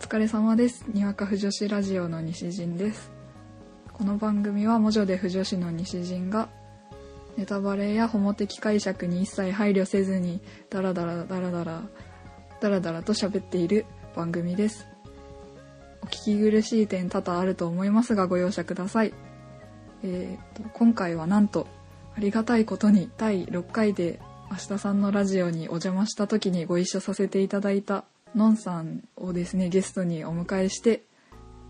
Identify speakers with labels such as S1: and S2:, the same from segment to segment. S1: 疲れ様ですにわか不女子ラジオの西陣ですこの番組は魔女で不女子の西陣がネタバレやホモ的解釈に一切配慮せずにダラダラダラダラダラダラと喋っている番組ですお聞き苦しい点多々あると思いますがご容赦くださいえーと今回はなんとありがたいことに第6回で明日さんのラジオにお邪魔した時にご一緒させていただいたのんさんをですねゲストにお迎えして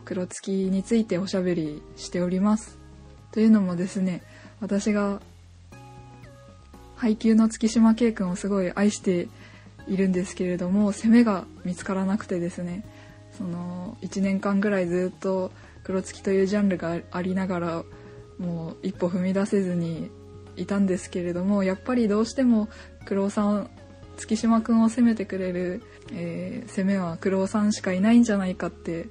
S1: 黒月についておしゃべりしておりますというのもですね私が配給の月島圭君をすごい愛しているんですけれども攻めが見つからなくてですねその1年間ぐらいずっと黒月というジャンルがありながらもう一歩踏み出せずにいたんですけれどもやっぱりどうしても黒尾さん月島君を責めてくれる、えー攻めは黒尾さんしかいないんじゃないかって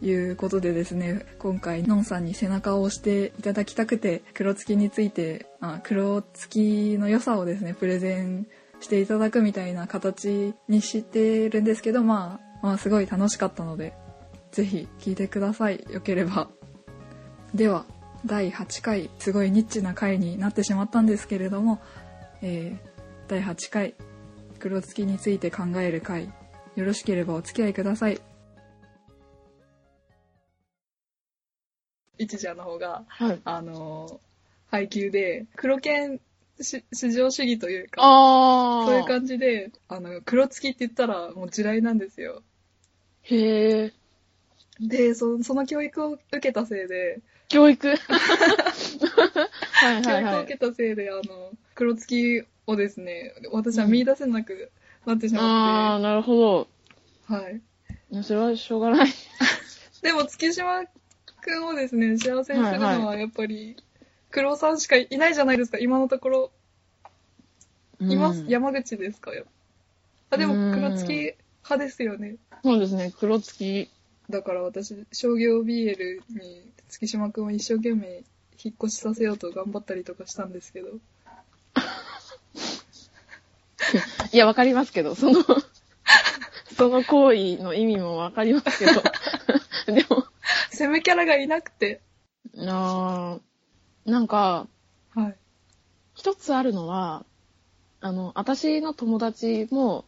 S1: いうことでですね今回のんさんに背中を押していただきたくて黒月についてあ黒月の良さをですねプレゼンしていただくみたいな形にしてるんですけど、まあ、まあすごい楽しかったのでぜひ聞いてくださいよければでは第8回すごいニッチな回になってしまったんですけれども、えー第8回黒月について考える回よろしければお付き合いくださいいちちゃんの方が
S2: はい。
S1: あの配給で黒犬し至上主義というか
S2: ああ。
S1: そういう感じで、あの、黒月って言ったらもう地雷なんですよ。
S2: へえ。
S1: で、そその教育を受けたせいで、
S2: 教育。 はいはい
S1: 教育
S2: は
S1: を受
S2: い。
S1: けたせいで、あの、黒月をですね、私は見出せなくなってしま
S2: あ
S1: っ
S2: あ、なるほど
S1: て、はい。
S2: いや。それはしょうがない。
S1: でも月島くんをですね、幸せにする
S2: はい
S1: のはやっぱり、黒さんしかいないじゃないですか、今のところ。います、
S2: うん
S1: 山口ですかよ。あ、でも黒月派ですよね。
S2: そうですね。黒月。
S1: だから私商業 BL に月島くんを一生懸命引っ越しさせようと頑張ったりとかしたんですけど
S2: いや、わかりますけど、その、 その行為の意味もわかりますけど。 でも、
S1: 攻めキャラがいなくて
S2: あーなんか、
S1: はい
S2: 一つあるのは、あの、私の友達も、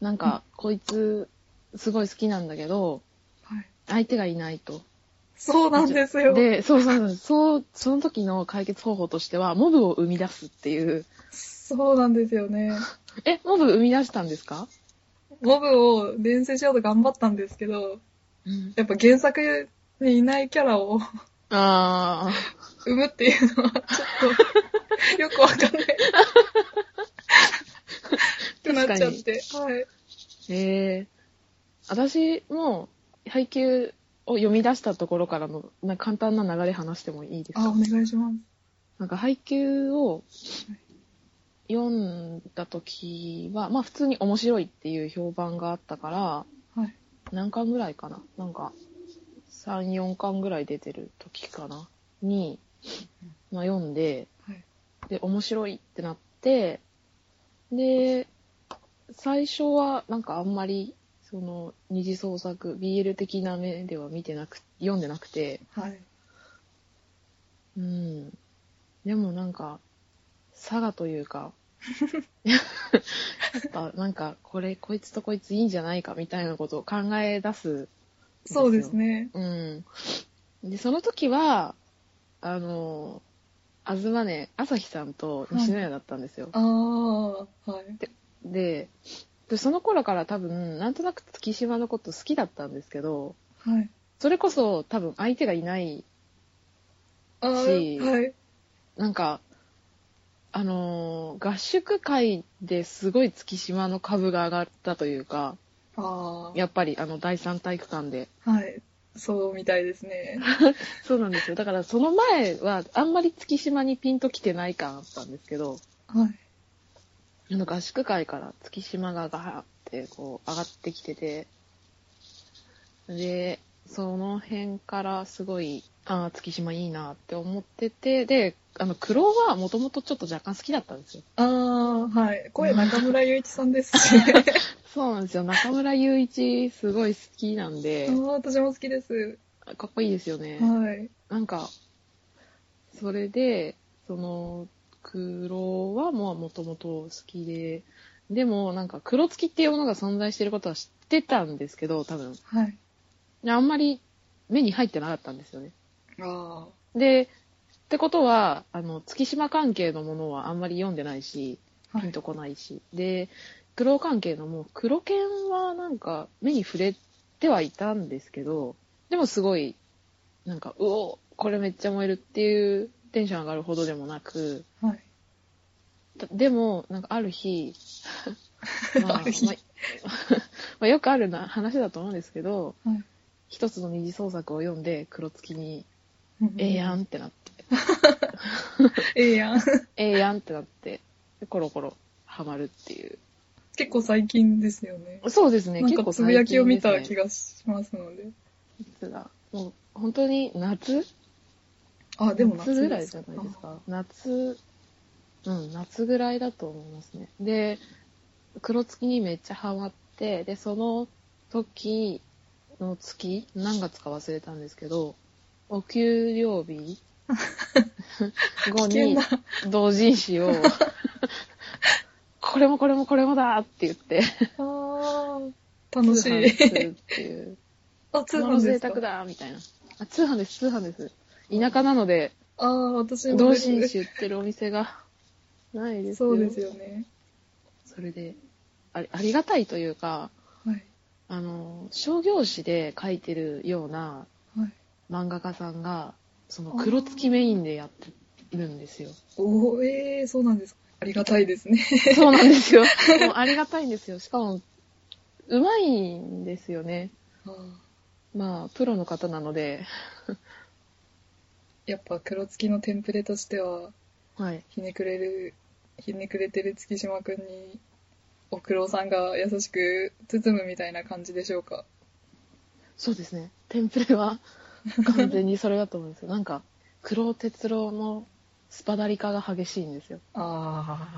S2: なんか、こいつ、すごい好きなんだけど、
S1: はい
S2: 相手がいないと。
S1: そうなんですよ
S2: で、そうそうそう、そう、その時の解決方法としては、モブを生み出すっていう。
S1: そうなんですよね
S2: え、モブ生み出したんですか
S1: モブを連成しようと頑張ったんですけどやっぱ原作にいないキャラを
S2: あ
S1: 生むっていうのはちょっ とよくわかんないってなっちゃってはい
S2: ー、えー、私も、配給を読み出したところからの、な簡単な流れ話してもいいです
S1: あお
S2: か
S1: 願いします
S2: なんか配給を読んだ時は、まあ普通に面白いっていう評判があったから、
S1: はい
S2: 何巻ぐらいかななんか、3、4巻ぐらい出てる時かなに、まあ、読んで、
S1: はい
S2: で、面白いってなって、で、最初はなんかあんまり、その、二次創作、BL 的な目では見てなく、読んでなくて、
S1: はい
S2: うん。でもなんか、差がというか、やっぱなんか、これ、こいつとこいついいんじゃないかみたいなことを考え出す
S1: そうですね
S2: うん。で、その時は、あの、あずまね、朝日さんと西野屋だったんですよ。
S1: ああはい
S2: で、でその頃から多分、なんとなく月島のこと好きだったんですけど、
S1: はい
S2: それこそ多分相手がいない、
S1: あ
S2: し
S1: ーはい。
S2: なんか、あのー合宿会ですごい月島の株が上がったというか、
S1: あ
S2: やっぱりあの第三体育館で。
S1: あ。はい。そうみたいですね。
S2: そうなんですよ。だからその前はあんまり月島にピンと来てない感あったんですけど、
S1: はい。
S2: あの合宿会から月島がガーってこう上がってきてて、で、その辺からすごい、ああ、月島いいなって思ってて、で、あの、苦労はもともとちょっと若干好きだったんですよ。
S1: ああ、はい。声中村雄一さん ですし。
S2: そうなんですよ。中村雄一、すごい好きなんで
S1: あ、ー私も好きです。
S2: かっこいいですよね。
S1: はい。
S2: なんか、それで、その、黒はもうもともと好きで、でもなんか黒月っていうものが存在してることは知ってたんですけど、多分。
S1: はい。
S2: あんまり目に入ってなかったんですよね。
S1: あ
S2: で、ってことは、あの、月島関係のものはあんまり読んでないし、
S1: あ。は
S2: ピン
S1: い。
S2: とこないし。で、黒関係のもう黒犬はなんか目に触れてはいたんですけど、でもすごい、なんか、うおこれめっちゃ燃えるっていうテンション上がるほどでもなく、
S1: はい。
S2: たでも、なんかある 日、まあ、
S1: ある日
S2: まあ まあよくあるな話だと思うんですけど、
S1: はい。
S2: 一つの二次創作を読んで黒月に、
S1: うん
S2: ええやんっ。てなって、
S1: ええやん。
S2: ええやんってなって、でコロコロハマるっていう。
S1: 結構最近ですよね。
S2: そうですね、
S1: なん
S2: 結
S1: か
S2: 構
S1: つ
S2: 最
S1: ぶ
S2: 近
S1: やきを見
S2: で
S1: た
S2: すね
S1: 気がしますので。
S2: いつだもう本当に夏
S1: あ、でも夏
S2: ぐら
S1: で
S2: い
S1: す
S2: じゃないですか。夏、うん、夏ぐらいだと思いますね。で、黒月にめっちゃハマって、で、その時の月、何月か忘れたんですけど、お給料日後
S1: 危険
S2: に
S1: な。
S2: 同人誌を、これもこれもこれもだって言って、
S1: ああ、 楽し
S2: 通販す
S1: い。
S2: るっていう。
S1: あ、通
S2: この
S1: 販
S2: 贅
S1: ですか
S2: 沢だみたいな。あ、通販です、通販です。田舎なので、
S1: ああ、私も
S2: 同心誌売ってるお店がないですよ
S1: そうですよね。
S2: それでありありがたいというか
S1: はい。
S2: あの商業誌で書いてるような
S1: はい。
S2: 漫画家さんがその黒月メインでやってるんですよ
S1: おお、ええそうなんですか。ありがたいですね。
S2: そうなんですよもうありがたいんですよしかもうまいんですよね
S1: あー
S2: まあプロの方なので
S1: やっぱ黒月のテンプレとしては、
S2: はい
S1: ひねくれる、ひねくれてる月島くんに、お苦労さんが優しく包むみたいな感じでしょうか。
S2: そうですねテンプレは完全にそれだと思うんですよなんか黒哲郎のスパダリ化が激しいんですよ
S1: あ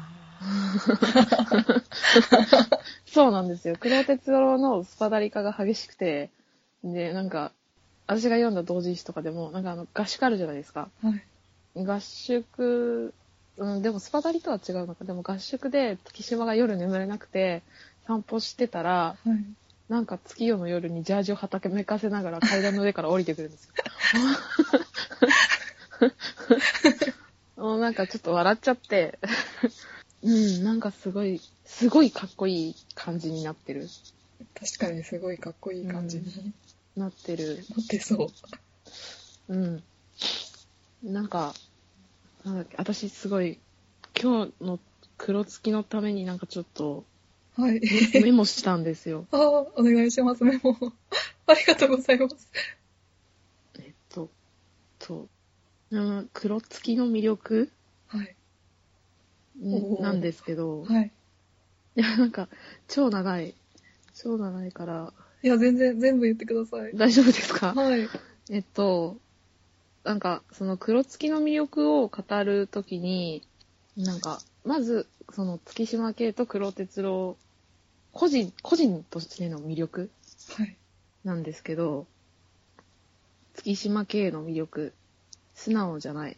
S2: そうなんですよ。黒鉄郎のスパダリ化が激しくて、で、なんか、私が読んだ同人誌とかでも、なんかあの、合宿あるじゃないですか。
S1: あ、はい。
S2: 合宿、うん、でもスパダリとは違うのか。でも合宿で月島が夜眠れなくて、散歩してたら、
S1: はい。
S2: なんか月夜の夜にジャージをはためかせながら階段の上から降りてくるんですよ。もうなんかちょっと笑っちゃって、うん、なんかすごい、すごいかっこいい感じになってる。
S1: 確かにすごいかっこいい感じに
S2: なってる。
S1: なってそう。
S2: うん。なんか、なんだっけ、私すごい、今日の黒月のためになんかちょっと
S1: はい。
S2: メモしたんですよ
S1: 。ああ、お願いします、メモ。 ありがとうございます。
S2: えっと、と、うん黒月の魅力
S1: はい。おー
S2: なんですけど、
S1: はい。
S2: いや、なんか、超長い。超長いから、
S1: いや、全然、全部言ってください。
S2: 大丈夫ですか
S1: はい。
S2: えっと、なんか、その黒月の魅力を語るときに、なんか、まず、その月島系と黒鉄郎、個人、個人としての魅力
S1: はい。
S2: なんですけど、月島系の魅力、素直じゃない。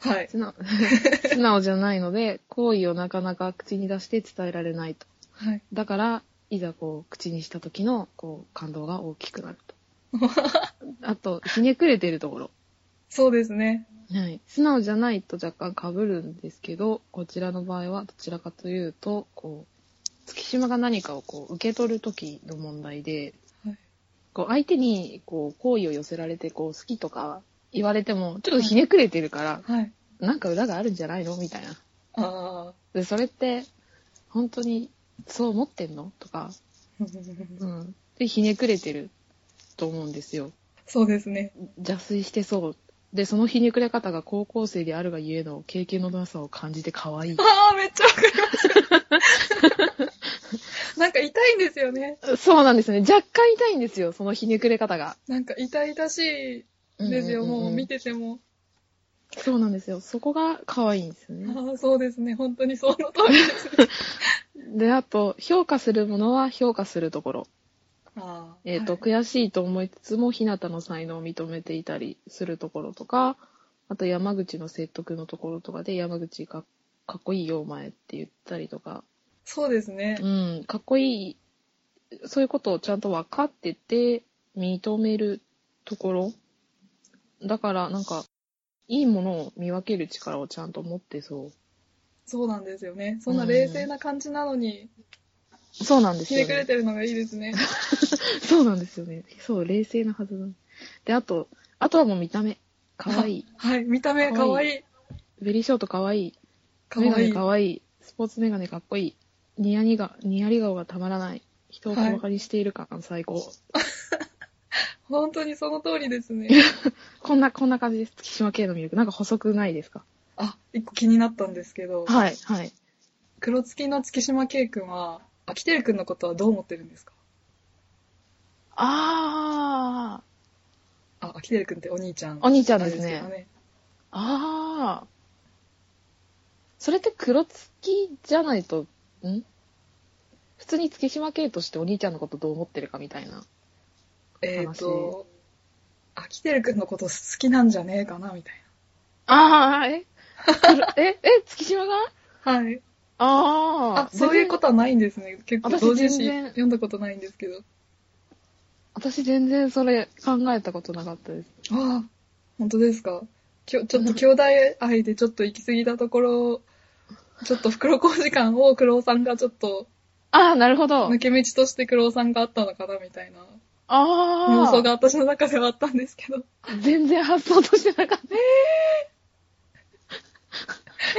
S1: はい。
S2: 素直 素直じゃないので、好意をなかなか口に出して伝えられないと。
S1: はい。
S2: だから、いざこう、口にした時の、こう、感動が大きくなると。あと、ひねくれてるところ。
S1: そうですね。
S2: はい、素直じゃないと若干被るんですけどこちらの場合はどちらかというとこう月島が何かをこう受け取る時の問題で
S1: はい。
S2: こう相手にこう好意を寄せられてこう好きとか言われてもちょっとひねくれてるから
S1: はい。
S2: なんか裏があるんじゃないのみたいな
S1: ああ。
S2: でそれって本当にそう思ってんのとか、うん、でひねくれてると思うんですよ
S1: そうですね。
S2: 邪推してそうでそのひねくれ方が高校生であるがゆえの経験のなさを感じて可愛い
S1: ああ、めっちゃわかります。なんか痛いんですよね。
S2: そうなんですね若干痛いんですよそのひねくれ方が
S1: なんか痛々しいですよ、もう見
S2: て
S1: てても。
S2: そうなんですよ。そこが可愛いんですよ ね。
S1: ああ、そうですね。本当にその通りです。
S2: で、あと、評価するものは評価するところ。
S1: ああ。
S2: えっ、と、
S1: はい
S2: 悔しいと思いつつも、日向の才能を認めていたりするところとか、あと山口の説得のところとかで、山口かかっこいいよ、お前って言ったりとか、
S1: そうですね
S2: う。ん、かっこいい、そういうことをちゃんと分かってて、認めるところ。だから、なんか、いいものを見分ける力をちゃんと持ってそ
S1: そうなんですよね。そんな冷静な感じなのに、
S2: う。そうなんです
S1: ひ
S2: よ、ね。
S1: ねくれてるのがいいですね。
S2: そうなんですよね。そう、冷静なはずなんで、あと、あとはもう見た目。かわいい。
S1: はい。見た目、かわいい。
S2: ベリーショートかわいい。
S1: か
S2: メガ
S1: わい
S2: ネ
S1: い。
S2: かわいい。スポーツメガネかっこいい。ニヤニが、ニヤリ顔がたまらない。人を小馬鹿にしている感、最高。
S1: 本当にその通りですね。
S2: こんな、こんな感じです。月島系の魅力。なんか細くないですか
S1: あ、一個気になったんですけど、
S2: はい、はい。
S1: 黒月の月島圭君は、あ、キテル君のことはどう思ってるんですか
S2: あー。
S1: あ、あキテル君ってお兄ちゃん。
S2: お兄ちゃんですね
S1: なんけど
S2: あー。それって黒月じゃないと、ん普通に月島系としてお兄ちゃんのことどう思ってるかみたいな。
S1: えっ、と、あ、キテル君のこと好きなんじゃねえかな、みたい
S2: ああ、え え、え、月島が
S1: な。はい。
S2: あ。
S1: あ、そういうこととはないんですね。結構
S2: 私
S1: 同人誌
S2: 全然
S1: 読んだことないんですけど。
S2: 私全然それ考えたことなかったです。
S1: ああ、本当ですか。き ょちょっと兄弟愛でちょっと行き過ぎたところを、ちょっと袋小路感を黒尾さんがちょっと
S2: ああ、なるほど。あ
S1: 抜け道として黒尾さんがあったのかなみたいな妄
S2: あ
S1: 想が
S2: ー。
S1: 私の中ではあったんですけど。
S2: 全然発想としてなかった。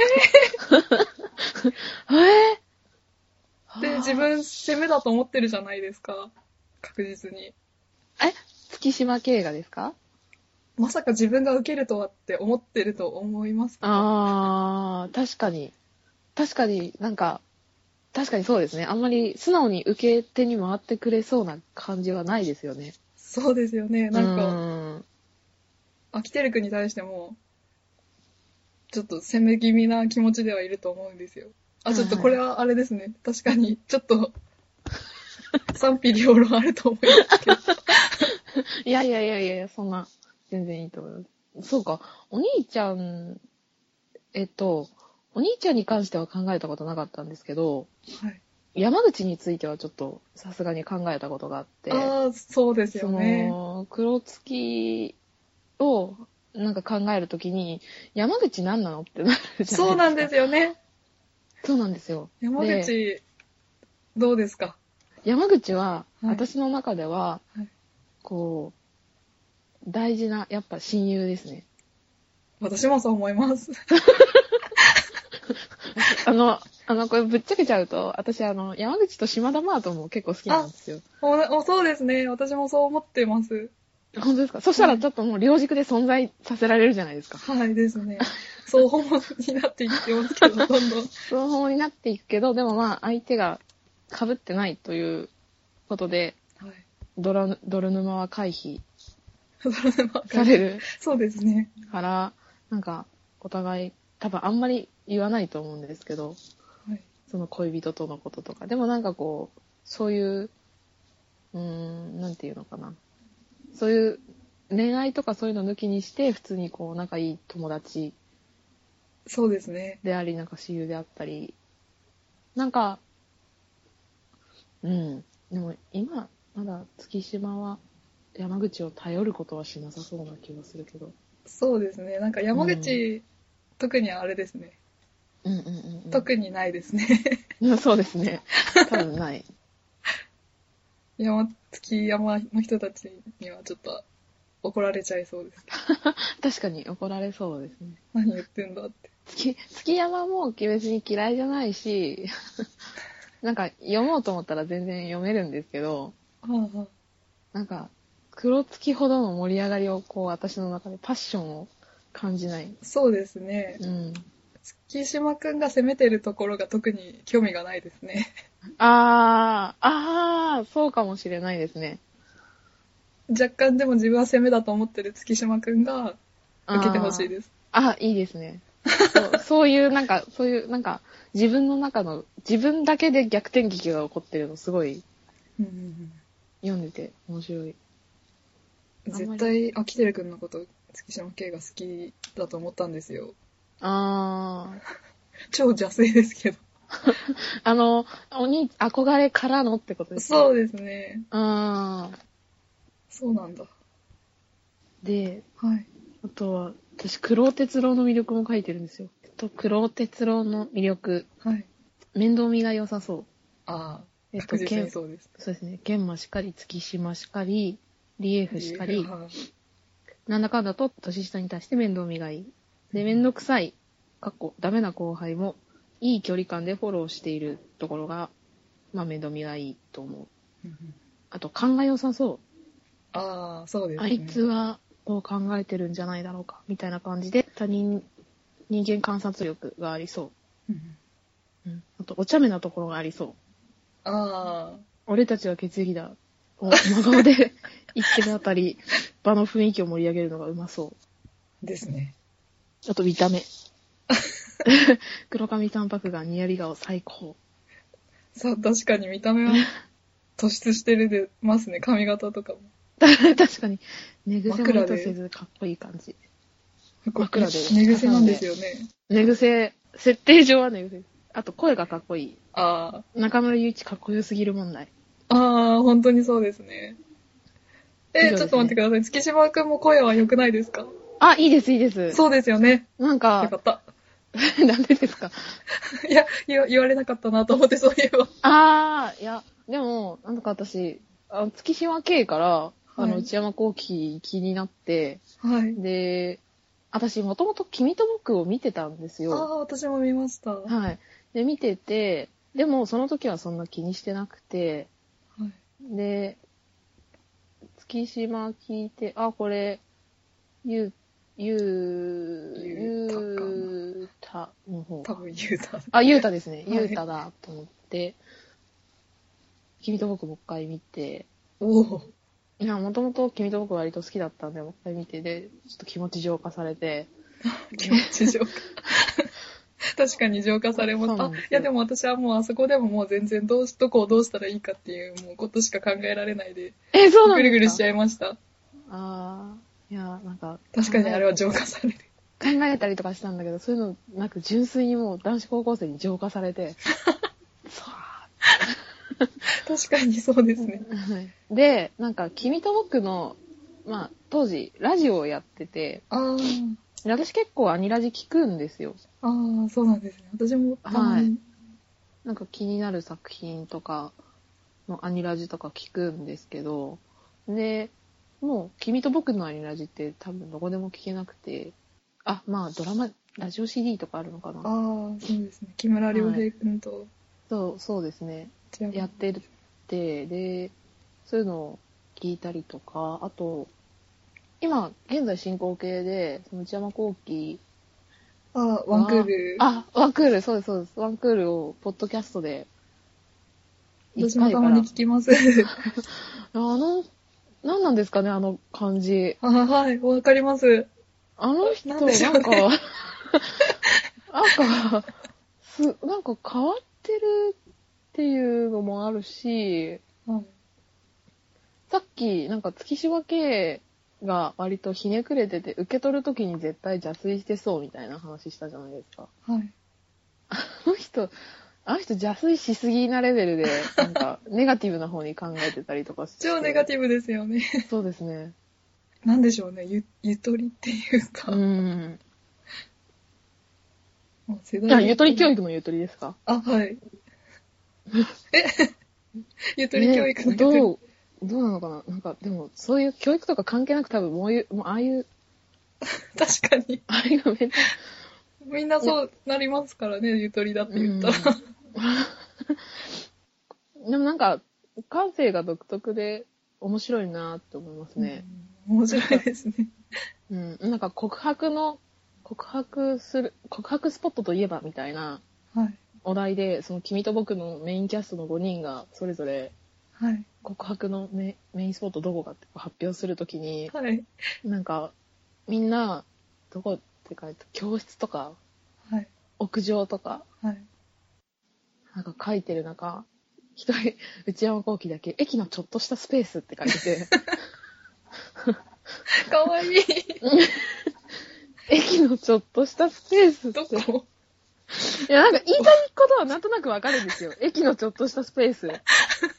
S2: えー、えー、
S1: で、自分攻めだと思ってるじゃないですか。確実に。
S2: 月島系がですか
S1: まさか自分が受けるとはって思ってると思いますか
S2: ああ、確かに。確かになんか、確かにそうですね。あんまり素直に受け手に回ってくれそうな感じはないですよね。
S1: そうですよね。なん
S2: う
S1: か、
S2: ん
S1: アキテル君に対しても、ちょっと攻め気味な気持ちではいると思うんですよ。あ、ちょっとこれはあれですね。確かに、ちょっと、賛否両論あると思いますけど。
S2: いやいやいやいやいや、そんな、全然いいと思います。そうか、お兄ちゃん、えっと、お兄ちゃんに関しては考えたことなかったんですけど、
S1: はい、
S2: 山口についてはちょっと、さすがに考えたことがあって、
S1: ああ、そうです
S2: そ
S1: よね。
S2: の、黒月を、なんか考えるときに、山口何なのってなるじゃないですか。
S1: そうなんですよね。
S2: そうなんですよ。
S1: 山
S2: で
S1: 口、どうですか
S2: 山口は、
S1: はい
S2: 私の中では、
S1: はい
S2: こう、大事な、やっぱ親友ですね。
S1: 私もそう思います。
S2: あの、あの、これぶっちゃけちゃうと、私、あの、山口と島田マートも結構好きなんですよ。
S1: おおそうですね。私もそう思ってます。
S2: 本当ですかそしたらちょっともう両軸で存在させられるじゃないですか。
S1: はいですね。そう、ホモになっていってますけど、どんどん。
S2: 双方になっていくけど、でもまあ、相手が被ってないということで、
S1: はい。
S2: 泥、泥沼は回避
S1: 泥沼
S2: される
S1: そうですね。
S2: から、なんか、お互い、多分あんまり言わないと思うんですけど、
S1: はい。
S2: その恋人とのこととか。でもなんかこう、そういう、うーん、なんていうのかな。そういう恋愛とかそういうの抜きにして、普通にこう、仲いい友達
S1: そうですね。
S2: であり、なんか親友であったり、なんか、うん。でも今、まだ月島は山口を頼ることはしなさそうな気がするけど。
S1: そうですね。なんか山口、特にあれですね。
S2: うんうんうん、うん。
S1: 特にないですね。
S2: うんそうですね。多分 ない。
S1: 山、月山の人たちにはちょっと怒られちゃいそうです。
S2: 確かに怒られそうですね。
S1: 何言ってんだって。
S2: 月月山も別に嫌いじゃないし なんか読もうと思ったら全然読めるんですけど
S1: はあはあ
S2: なんか黒月ほどの盛り上がりをこう私の中でパッションを感じない、
S1: そうですね。
S2: うん、
S1: 月島くんが攻めてるところが特に興味がないですね。
S2: あーあーそうかもしれないですね
S1: 若干でも自分は攻めだと思ってる月島くんが受けてほしい
S2: す
S1: です。
S2: あ、いいですね。そうそういう、なんか、そういう、なんか、自分の中の、自分だけで逆転劇が起こってるの、すごい
S1: うんうん
S2: 読んでて面白い。
S1: うん、絶対アキテル君のこと月島圭が好きだと思ったんですよ
S2: あ
S1: 超邪性ですけど
S2: ー。あの、おに憧れからのってことですう。
S1: そうですね
S2: あ
S1: そうなんだ
S2: ー。で、
S1: はい
S2: あとは、私、黒鉄郎の魅力も書いてるんですよ。えっと、黒鉄郎の魅力、
S1: はい
S2: 面倒見が良さそう。
S1: ああ
S2: えっと、
S1: 確実
S2: け
S1: に
S2: んそ
S1: そうです
S2: うですね。研磨しかり、月島しかり、リエフしかり、
S1: はい
S2: なんだかんだと年下に対して面倒見がいい。で、面倒くさい、かっこ、ダメな後輩も、いい距離感でフォローしているところが、まあ、面倒見がいいと思う。
S1: うんうん
S2: あと、考え良さそ
S1: ああそうで
S2: う。
S1: す
S2: あいつは、こう考えてるんじゃないだろうか、みたいな感じで、他人、人間観察力がありそ
S1: うんうん
S2: う。うん。あと、お茶目なところがありそう。
S1: ああ
S2: 俺たちは決議だ。を真顔で 言ってるあたり、場の雰囲気を盛り上げるのがうまそう。
S1: ですね
S2: あと見た 目。黒髪タンパクがニヤリ顔最高。
S1: さあ確かに見た目は突出してるでますね髪型とかも
S2: 確かに、寝癖も
S1: 枕
S2: 意
S1: で
S2: 図せずかっこいい感じ。
S1: これ
S2: 枕で
S1: 寝癖なんですよね
S2: 寝癖、設定上は寝癖。あと声がかっこいい。
S1: あ
S2: 中村雄一かっこよすぎる問題。
S1: あああ本当にそうですね
S2: 以上
S1: え
S2: ですね
S1: ちょっと待ってください月島くんも声は良くないですか
S2: あ、いいです、いいです。
S1: そうですよね
S2: なん
S1: よ
S2: か
S1: か、った
S2: なんでですか。
S1: いや言わ言われなかったなと思ってそういえば
S2: あー、いや、でも、なんか私、あの月島系から、あ
S1: は
S2: の、
S1: い
S2: 内山幸輝気になって、
S1: はい
S2: で、私、もともと君と僕を見てたんです
S1: あ
S2: よ。
S1: あ私も見ましたは
S2: はい。で、見てて、でもその時はそんな気にしてなくて、
S1: い
S2: で、月島聞いて、あ、これ、ゆう、ゆう、
S1: ゆうたかな
S2: ゆうたの方。
S1: 多分言うた
S2: あ、ゆうたですね。
S1: はい
S2: ゆうただと思って、君と僕もう一回見て、
S1: おお
S2: いや、もともと君と僕割と好きだったんで、もう一回見て、で、ちょっと気持ち浄化されて、
S1: 気持ち 浄化確かに浄化されま
S2: そ
S1: し
S2: うな
S1: た
S2: んですよ
S1: いやでも私はもうあそこでももう全然どうしどこをどうしたらいいかっていうもうことしか考えられないで
S2: え、そうなん
S1: ぐ
S2: ですか
S1: るぐるしちゃいました
S2: あーいや、なんか、
S1: 確かにあれは浄化さ れる
S2: 考えたりとかしたんだけど、そういうのなく純粋にもう男子高校生に浄化され て、そう
S1: 確かにそうですね
S2: はいで、なんか、君と僕の、まあ、当時、ラジオをやってて、
S1: ああ
S2: で私結構アニラジ聞くんですよ。
S1: ああそうなんですね私もたまに
S2: なんか気になる作品とかのアニラジとか聞くんですけど、で、もう、君と僕のアニラジって多分どこでも聞けなくて、あ、まあ、ドラマ、ラジオ CD とかあるのか
S1: ああ
S2: な。
S1: そうですね木村良平君と
S2: そう、そうですね。
S1: 千山
S2: やってるって、で、そういうのを聞いたりとか、あと、今、現在進行形で、その内山幸輝
S1: ああワンクール
S2: あ、ワンクール、そうです、そうです。ワンクールを、ポッドキャストで、
S1: 私
S2: 一
S1: も
S2: 回か
S1: た
S2: ら
S1: まに聞きます
S2: あの、何なんですかね、あの感じ。
S1: あーはいわかります
S2: あの人、
S1: なんでしょ
S2: な
S1: うん
S2: か、
S1: ね
S2: なんか、す、なんか変わってるっていうのもあるし、
S1: はい
S2: さっき、なんか月島系が割とひねくれてて、受け取るときに絶対邪推してそうみたいな話したじゃないですか。
S1: はい
S2: あの人、あの人邪推しすぎなレベルで、な んか、ネガティブな方に考えてたりとかして。
S1: 超ネガ
S2: ィ
S1: ティブですよね
S2: ブ。そうですね。
S1: なんでしょうねゆゆとりっていうか、
S2: うん。
S1: もう世
S2: じゃあ、
S1: 代
S2: ゆとり教育のゆとりですか
S1: あ、はい。え ゆとり教育のゆ
S2: ね
S1: とり
S2: どう、どうなのかななんか、でも、そういう教育とか関係なく多分、もういう、 もうああいう、
S1: 確かに。
S2: ああいうのめっちゃ
S1: みんなそうなりますからね、ゆとりだって言ったら。
S2: でもなんか、感性が独特で面白いなって思いますね。
S1: うん 面白いですね。
S2: うん。なんか告白の、告白する、告白スポットといえばみたいな
S1: はい。
S2: お題で、その君と僕のメインキャストの5人がそれぞれ
S1: はい。
S2: 告白のメメインスポットどこかって発表するときに、
S1: はい。
S2: なんか、みんな、どこ、てか、えっと教室とか、
S1: はい
S2: 屋上とか、
S1: はい
S2: なんか書いてる中、一人、 内山幸輝だけ、駅のちょっとしたスペースって書いてて、
S1: かわいい
S2: 駅のちょっとしたスペースって。
S1: どこ
S2: いや、なんか言いたいことはなんとなくわかるんですよ。駅のちょっとしたスペース。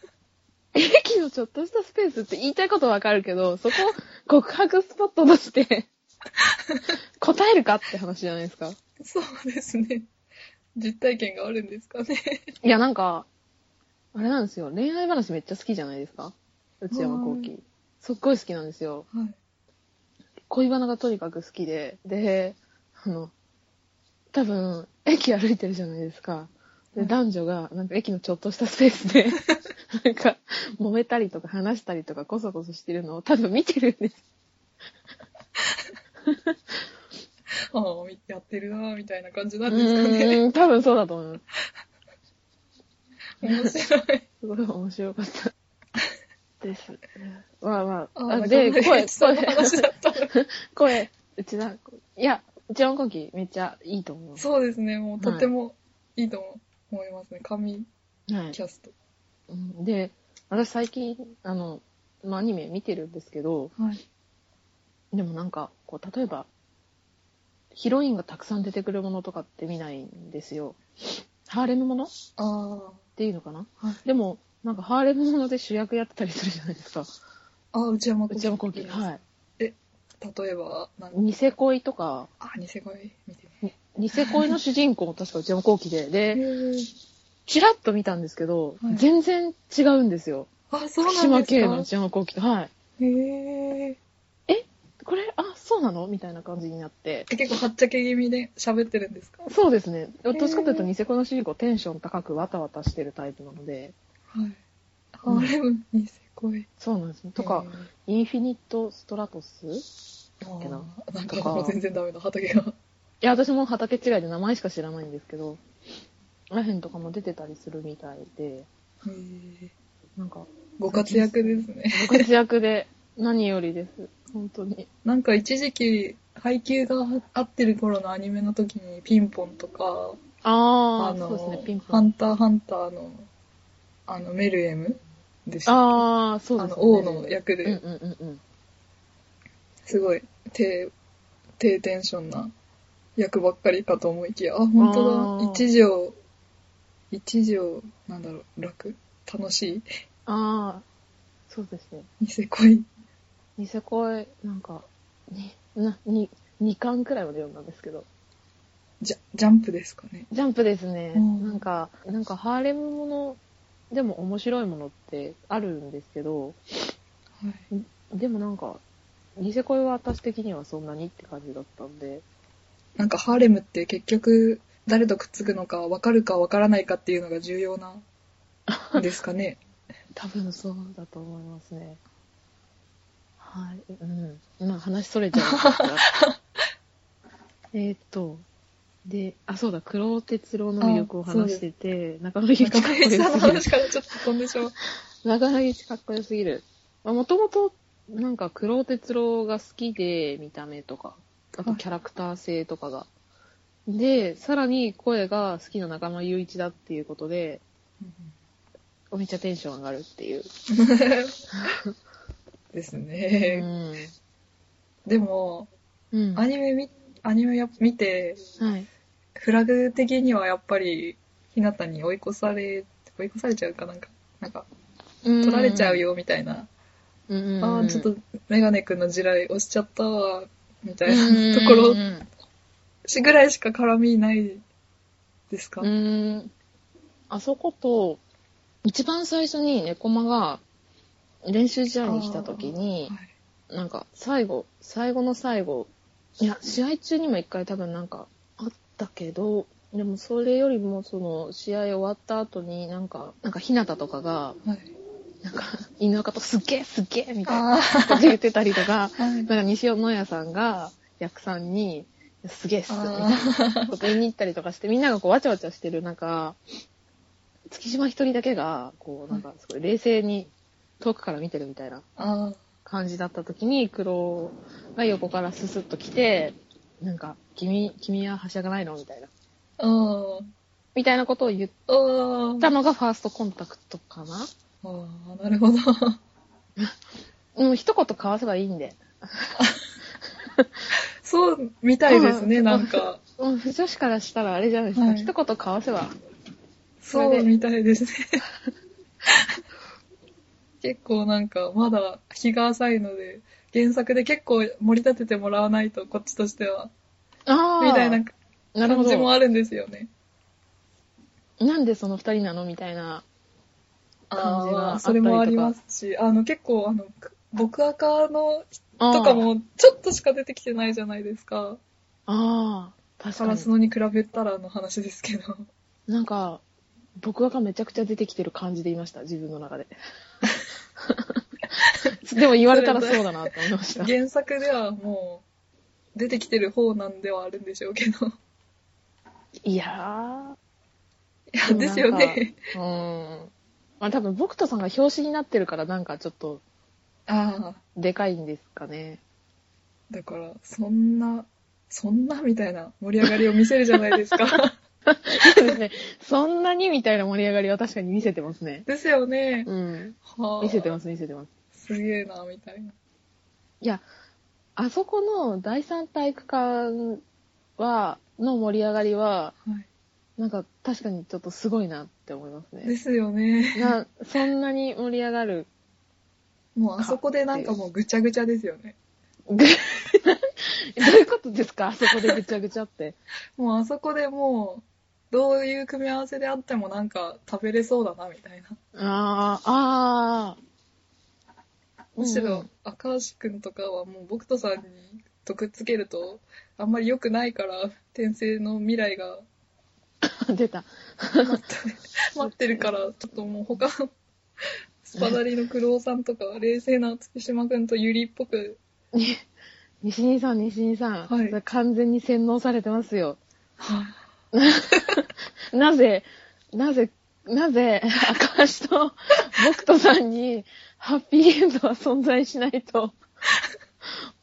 S2: 駅のちょっとしたスペースって言いたいことはわかるけど、そこを告白スポットとして 答えるかって話じゃないですか。
S1: そうですね実体験があるんですかね
S2: いや、なんか、あれなんですよ。恋愛話めっちゃ好きじゃないですか。内山幸輝。すっごい好きなんですよ。
S1: はい
S2: 恋バナがとにかく好きで、で、あの、多分、駅歩いてるじゃないですか。
S1: う
S2: で、
S1: ん
S2: 男女が、なんか駅のちょっとしたスペー スで、なんか、揉めたりとか話したりとか、こそこそしてるのを多分見てるんです。
S1: ああやってるなーみたいな感じな
S2: うん
S1: ですかね
S2: ーん、多分そうだと思います。
S1: 面白い
S2: すごい面白かった。です。まあまあ、
S1: あ
S2: あ
S1: あ
S2: で、声、声、
S1: その話だったの
S2: 声、うちだ、いや、うちの今期めっちゃいいと思 う。
S1: そうですね、もうとてもいいと思いますね、神
S2: はい
S1: キ。ャスト。
S2: うんで、私最近、あの、まあ、アニメ見てるんですけど、
S1: はい。
S2: でもなんか、こう、例えば、ヒロインがたくさん出てくるものとかって見ないんですよ。ハーレムものっ
S1: ああ、
S2: ていうのかな
S1: はい。
S2: でも、なんかハーレムもので主役やってたりするじゃないですか。
S1: ああ、内山
S2: 内山幸輝。
S1: は
S2: はい。
S1: い。例えば、なん
S2: ニセ恋とか、
S1: あ、ニセ恋見て
S2: ニセ恋の主人公も確か内山幸輝で、で、
S1: み
S2: チラッと見たんですけど、
S1: はい
S2: 全然違うんですよ。
S1: あ、そう
S2: 福
S1: なん
S2: 島
S1: です
S2: 系
S1: か
S2: の内山幸輝と、はい。
S1: へえ。
S2: これ、あ、そうなのみたいな感じになって。
S1: え結構はっちゃけ気味で喋ってるんですか
S2: そうですね。どっちかというと、ニセコの主人公、テンション高くわたわたしてるタイプなので、
S1: はい。あれもニセ恋。
S2: そうなんですね。とか、インフィニット・ストラトスい
S1: へー、
S2: けど
S1: あーなん
S2: とか
S1: か全然ダメだ、畑が。
S2: や、私も畑違いで名前しか知らないんですけど、あらへんとかも出てたりするみたいで、
S1: へー
S2: なんか、
S1: ご活躍ですね。
S2: ご活 躍で何よりです。本当に。
S1: なんか一時期、配給が合ってる頃のアニメの時にピンポンとか、
S2: あ
S1: あ
S2: あ、
S1: の
S2: そうですね、ピンポ
S1: ハ
S2: ン。
S1: ンターハンターの、あの、メルエムでした。
S2: ああ、そう
S1: あ
S2: です
S1: の、
S2: ね。
S1: 王の役
S2: うんう
S1: で、
S2: んうんうん。
S1: すごい低、低テンションな役ばっかりかと思いきや、あ、本当
S2: あー
S1: だ。一条、一条、なんだろう、楽楽しい
S2: ああ、そうですね。
S1: ニセ恋。
S2: ニセ恋、なんか、ね、な、に、2巻くらいまで読んだんですけど、
S1: ジャジャンプですかね。
S2: ジャンプですね。
S1: うん
S2: なんか、なんかハーレムものでも面白いものってあるんですけど、
S1: はい。
S2: でもなんか、ニセ恋は私的にはそんなにって感じだったんで、
S1: なんかハーレムって結局、誰とくっつくのか分かるか分からないかっていうのが重要なんですか ね。
S2: 多分そうだと思いますね。はい、うん。まあ話それちゃうんですがえーっと、で、あ、そうだ、黒鉄郎の魅力を話してて、中野
S1: なん
S2: 由
S1: か、
S2: 紀かっこよ すぎ
S1: さんの
S2: る。
S1: 話からちょっと飛んでしまう。
S2: 長野由紀かっこよすぎる。もともと、なんか、黒鉄郎が好きで、見た目とか、あと
S1: はい
S2: キャラクター性とかが。で、さらに声が好きな仲間雄一だっていうことで、めっちゃテンション上がるっていう。
S1: です
S2: う
S1: ね。
S2: ん。
S1: でも、
S2: うん。
S1: アニメ見、アニメや見て、
S2: はい。
S1: フラグ的にはやっぱり、ひなたに追い越され、追い越されちゃうかなんか、なんか、
S2: 取
S1: 取られちゃう。よみたいな、
S2: うんうんうん、
S1: ああ、ちょっとメガネくんの地雷押しちゃったわ、みたい
S2: うんうんうん、
S1: なところしぐらいしか絡みないですか、
S2: うん。あそこと、一番最初に猫間が練習試合に来た時に、
S1: はい
S2: なんか最後最後の最後いや試合中にも一回多分なんかあったけどでもそれよりもその試合終わった後になんかなんか日向とかが
S1: はい。
S2: なんか犬の方すっげえすっげえみたいな
S1: あ
S2: こと言ってたりとか
S1: あ、はい
S2: なんか西尾野也さんが役さんにすげえっすみたい
S1: あー
S2: なこと言いに行ったりとかしてみんながこうわちゃわちゃしてる中月島一人だけがこうなんかすごい冷静に遠くから見てるみたいな
S1: あ
S2: 感じだった時に黒が横からススッと来てなんか、君、君ははしゃがないのみたいな。
S1: うん。
S2: みたいなことを言っ
S1: うん。
S2: たのがファーストコンタクトかな
S1: ああ、なるほど。
S2: うん、一言交わせばいいんで。
S1: そう、みたいですね、
S2: うん
S1: なんか。
S2: うん、不女子からしたらあれじゃないですか。
S1: はい
S2: 一言交わせば。そ
S1: そ
S2: れ
S1: う
S2: で
S1: みたいですね。結構なんか、まだ日が浅いので、原作で結構盛り立ててもらわないと、こっちとしては。
S2: あー
S1: みたいな
S2: なるほ
S1: 感じも
S2: ど。
S1: あるんですよね。
S2: なんでその二人なのみたいな。感じがあった
S1: それ
S2: りとか
S1: もありますし、あの結構あの、僕赤の
S2: あー
S1: とか。もちょっとしか出てきてないじゃないですか。
S2: ああ、確
S1: カ
S2: か
S1: ラ
S2: に
S1: ス。のに比べたらの話ですけど。
S2: なんか、僕がめちゃくちゃ出てきてる感じでいました、自分の中 で。でも言われたらそうだなって思いました。
S1: 原作ではもう、出てきてる方なんではあるんでしょうけど。
S2: いや
S1: いや
S2: で もなんか
S1: ですよね。
S2: ー、うーん。まあ多分、僕とさんが表紙になってるから、なんかちょっと、
S1: ああ。
S2: でかいんですか ね。
S1: だから、そんな、そんなみたいな盛り上がりを見せるじゃないです か。
S2: そうですね。そんなにみたいな盛り上がりは確かに見せてますね。
S1: ですよね。
S2: うん。
S1: はあ
S2: 見せてます、見せてます。
S1: すげえな、みたいな。
S2: いや、あそこの第三体育館は、の盛り上がりは、
S1: は
S2: なんか確かにちょっとすごいなって思います
S1: い。で
S2: ね。
S1: すよね。
S2: なそんなに盛り上がる。
S1: もうあそこでなんかもうぐちゃぐちゃですよね。
S2: ぐどういうことですかあそこでぐちゃぐちゃって。
S1: もうあそこでもう、どういう組み合わせであってもなんか食べれそうだな、みたいな。
S2: あー、あー。
S1: むしろ
S2: うん、
S1: 赤石くんとかはもう僕とさんにとくっつけると、あんまり良くないから、転生の未来が
S2: うん、 出た。
S1: 待ってるから、ちょっともう他の、スパダリのクロウさんとか、冷静な月島くんとユリっぽく、
S2: に西兄さん、西兄さん。
S1: はい
S2: それ完全に洗脳されてますよ。なぜ、なぜ、なぜ、赤足と僕とさんに、ハッピーエンドは存在しないと、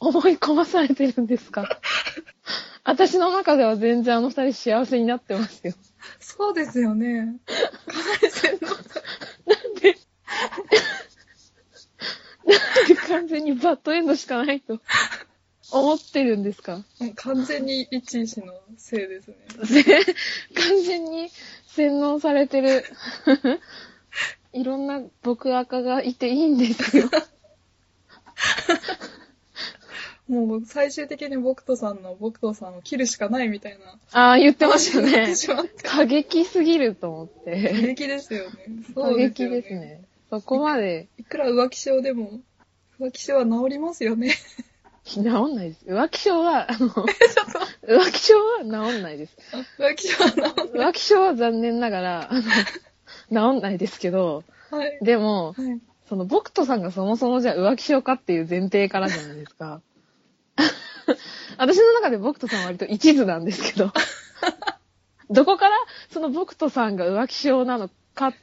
S2: 思い込まされてるんですか私の中では全然あの二人幸せになってますよ。
S1: そうですよね。かなり洗脳さ
S2: なんで完全にバッドエンドしかないと、思ってるんですか
S1: もう完全に一石のせいですね。
S2: ぜ完全に洗脳されてる。いろんな僕赤がいていいんですよ。
S1: もう僕最終的に僕とさんの僕とさんを切るしかないみたいな
S2: ああ、言ってまし
S1: 話
S2: た
S1: になっ
S2: ね
S1: て。 しまって。
S2: 過激すぎると思っ
S1: 過
S2: て。
S1: 激ですよね。
S2: 過
S1: そうです
S2: 激
S1: よ
S2: です
S1: ね。
S2: ね。そこまで
S1: いくら浮気症でも、浮気症は治りますよ ね。
S2: 治んないです。浮気症は、あの、浮気症は治んないです。
S1: 浮気症は治
S2: 浮気症は残念ながら、あの、治んないですけど、
S1: らない。
S2: でも、
S1: はい。
S2: その、僕とさんがそもそもじゃあ浮気症かっていう前提からじゃないですか。私の中で僕とさんは割と一途なんですけど、どこからその僕とさんが浮気症なのか、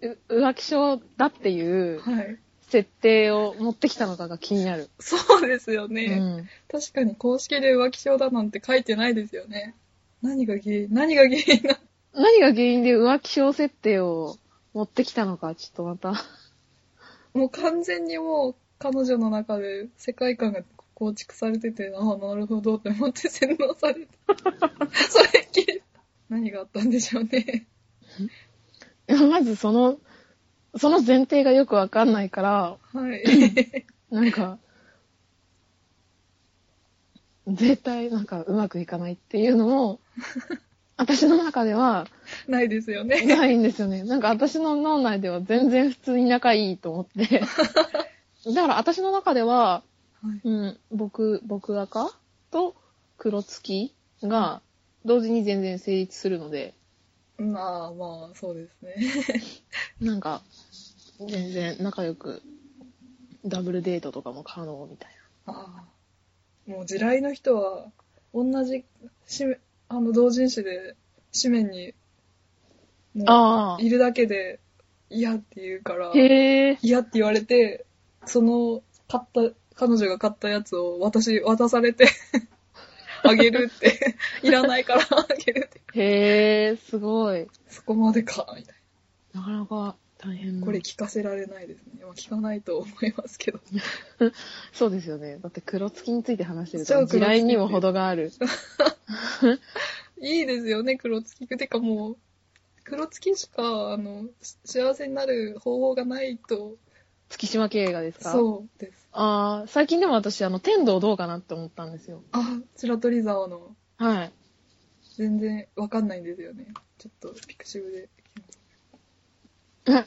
S2: う浮気症だっていう、
S1: はい。
S2: 設定を持ってきたのかが気になる。
S1: そうですよ
S2: う
S1: ね。
S2: ん。
S1: 確かに公式で浮気症だなんて書いてないですよね。何が原因、何が原因な、
S2: 何が原因で浮気症設定を持ってきたのか、ちょっとまた。
S1: もう完全にもう彼女の中で世界観が構築されてて、ああ、なるほどって思って洗脳されて。 それっきり。何があったんでしょうね。
S2: まずその、その前提がよくわかんないから、
S1: はい。
S2: なんか、絶対なんかうまくいかないっていうの も、私の中では
S1: ないですよね。
S2: ないんですよね。なんか私の脳内では全然普通に仲いいと 思って。だから私の中では、
S1: はい
S2: うん、僕、僕赤と黒月が同時に全然成立するので、
S1: まあまあ、そうですね。
S2: なんか、全然仲良く、ダブルデートとかも可能みたい
S1: ああ。もう地雷の人は、同じ、しめ、あの、同人誌で、紙面に、もう
S2: な。あ
S1: いるだけで嫌って言うから、
S2: へえ。
S1: 嫌って言われて、その買った、彼女が買ったやつを私、渡されて、 あげる って。いらないからあげるって。
S2: へえ、すごい。
S1: そこまでか、みたい
S2: なかなか大変
S1: な。
S2: な
S1: これ聞かせられないですね。まあ、聞かないと思いますけど。
S2: そうですよね。だって黒月について話してる
S1: そ
S2: と、
S1: う黒
S2: 地
S1: 月
S2: 雷にも程がある。
S1: いいですよね、黒月くん。てかもう、黒月しか、あの、し幸せになる方法がないと。
S2: 月島系がですか
S1: そうです。
S2: ああ、最近でも私、あの、天童どうかなって思ったんですよ。
S1: あ、白鳥沢の、
S2: はい。
S1: 全然わかんないんですよね。ちょっと、ピクシブで。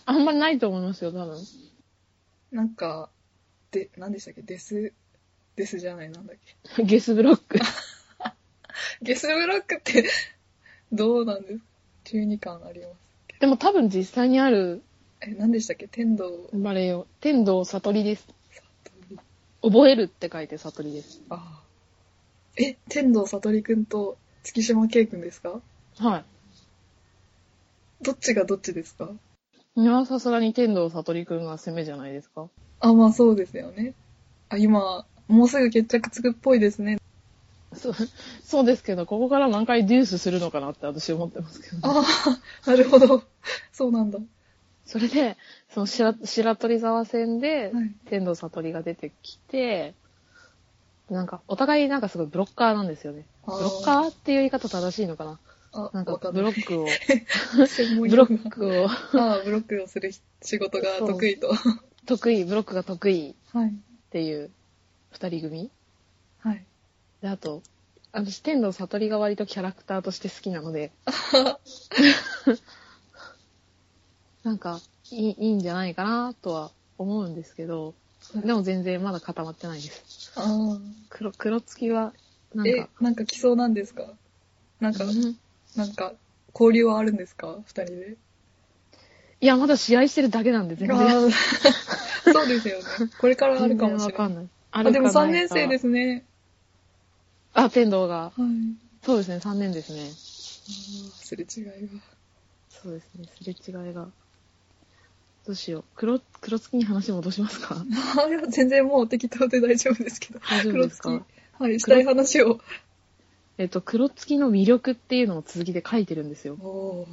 S2: あんまりないと思いますよ、多分。
S1: なんか、で、何でしたっけデス、デスじゃない、なんだっけ。
S2: ゲスブロック。
S1: ゲスブロックって、 どうなんですか中二感あります。
S2: でも多分実際にある
S1: え、何でしたっけ天童
S2: バレエを、天童悟りです。
S1: 悟り。
S2: 覚えるって書いて悟りです。
S1: ああ。え、天童悟りくんと月島圭くんですか
S2: は
S1: どっちがどっちですか
S2: い。いや、さすがに天童悟りくんが攻めじゃないですか。
S1: あ、まあそうですよね。あ、今、もうすぐ決着つくっぽいですね。
S2: そう、そうですけど、ここから何回デュースするのかなって私思ってますけど、ね。
S1: あ あ、なるほど。そうなんだ。
S2: それで、その白白鳥沢戦で
S1: はい、
S2: 天童悟りが出てきて、なんか、お互いなんかすごいブロッカーなんですよね。
S1: あ
S2: ブ
S1: ー
S2: ロッカーっていう言い方正しいのかな
S1: あ、
S2: なん
S1: わ
S2: か、
S1: かん
S2: ブ
S1: な
S2: ロ
S1: い。
S2: ッ クを、
S1: 専門
S2: ブ
S1: 用
S2: ロ
S1: 語
S2: ックを、
S1: が。ああ、ブロックをする仕事が得意と。は
S2: 得意、ブロックが得意
S1: い。
S2: っていう二人組。
S1: はい。
S2: で、あと、私、天童悟りが割とキャラクターとして好きなの で、なんかいい、いいんじゃないかなとは思うんですけど、でも全然まだ固まってないです。
S1: ああ。
S2: 黒、黒月は、なん
S1: え
S2: か、、
S1: なんか来そうなんですかなんか、
S2: うん
S1: なんか、交流はあるんですか二人で。
S2: いや、まだ試合してるだけなんで、全然。
S1: あー そうですよね。これからあるかもし
S2: 全然わ
S1: れな
S2: か
S1: い。
S2: んない。
S1: あ、
S2: ある
S1: でも
S2: か
S1: 3
S2: ない
S1: 年
S2: か
S1: 生ですね。
S2: あ、天童
S1: はい。
S2: が。そうですね、3年ですね。
S1: あーすれ違いが。
S2: そうですね、すれ違いが。どうしよう。黒、黒月に話戻しますか
S1: あ ーいや全然もう適当で大丈夫ですけど。
S2: 大丈夫
S1: 黒
S2: です
S1: 月。
S2: か
S1: はい、したい話を。
S2: えっと、黒月の魅力っていうのを続きで書いてるんですよ
S1: お。お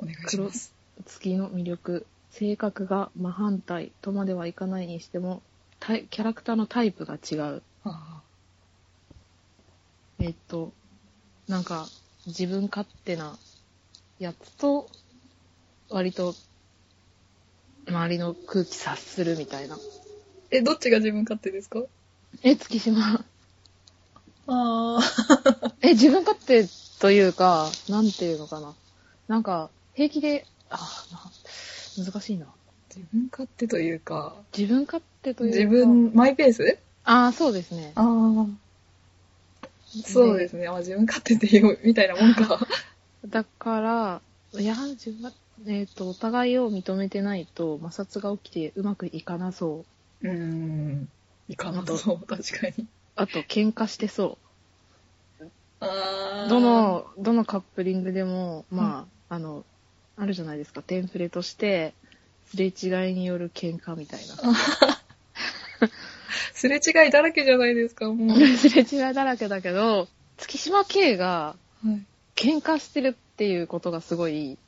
S1: ーお願いします。
S2: 月の魅力。性格が真反対とまではいかないにしても、タイキャラクターのタイプが違う。
S1: あ
S2: えっと、なんか、自分勝手なやつと、割と、周りの空気察するみたいな。
S1: ーえ、どっちが自分勝手ですか
S2: え、月島。
S1: ああ。
S2: え、自分勝手というか、なんていうのかな。なんか、平気で、あ、な難しいな。
S1: 自分勝手というか、
S2: 自分勝手というか。
S1: 自。分、マイペース
S2: ああ、そうですね。
S1: ああ。そうですね。あ、自分勝手って言うみたいなもん か。
S2: だから、いや、自分は、えっ、と、お互いを認めてないと摩擦が起きてうまくいかなそう。
S1: うーん。いかなとそう、確かに。
S2: あと、喧嘩してそ
S1: あ
S2: う。
S1: ー
S2: ど、の、どのカップリングでも、まあ、あの、あるじゃないですか、テンプレとして、すれ違いによる喧嘩みたいな。
S1: すれ違いだらけじゃないですか、 もう。
S2: すれ違いだらけだけど、月島圭が
S1: はい。
S2: 喧嘩してるっていうことがすごい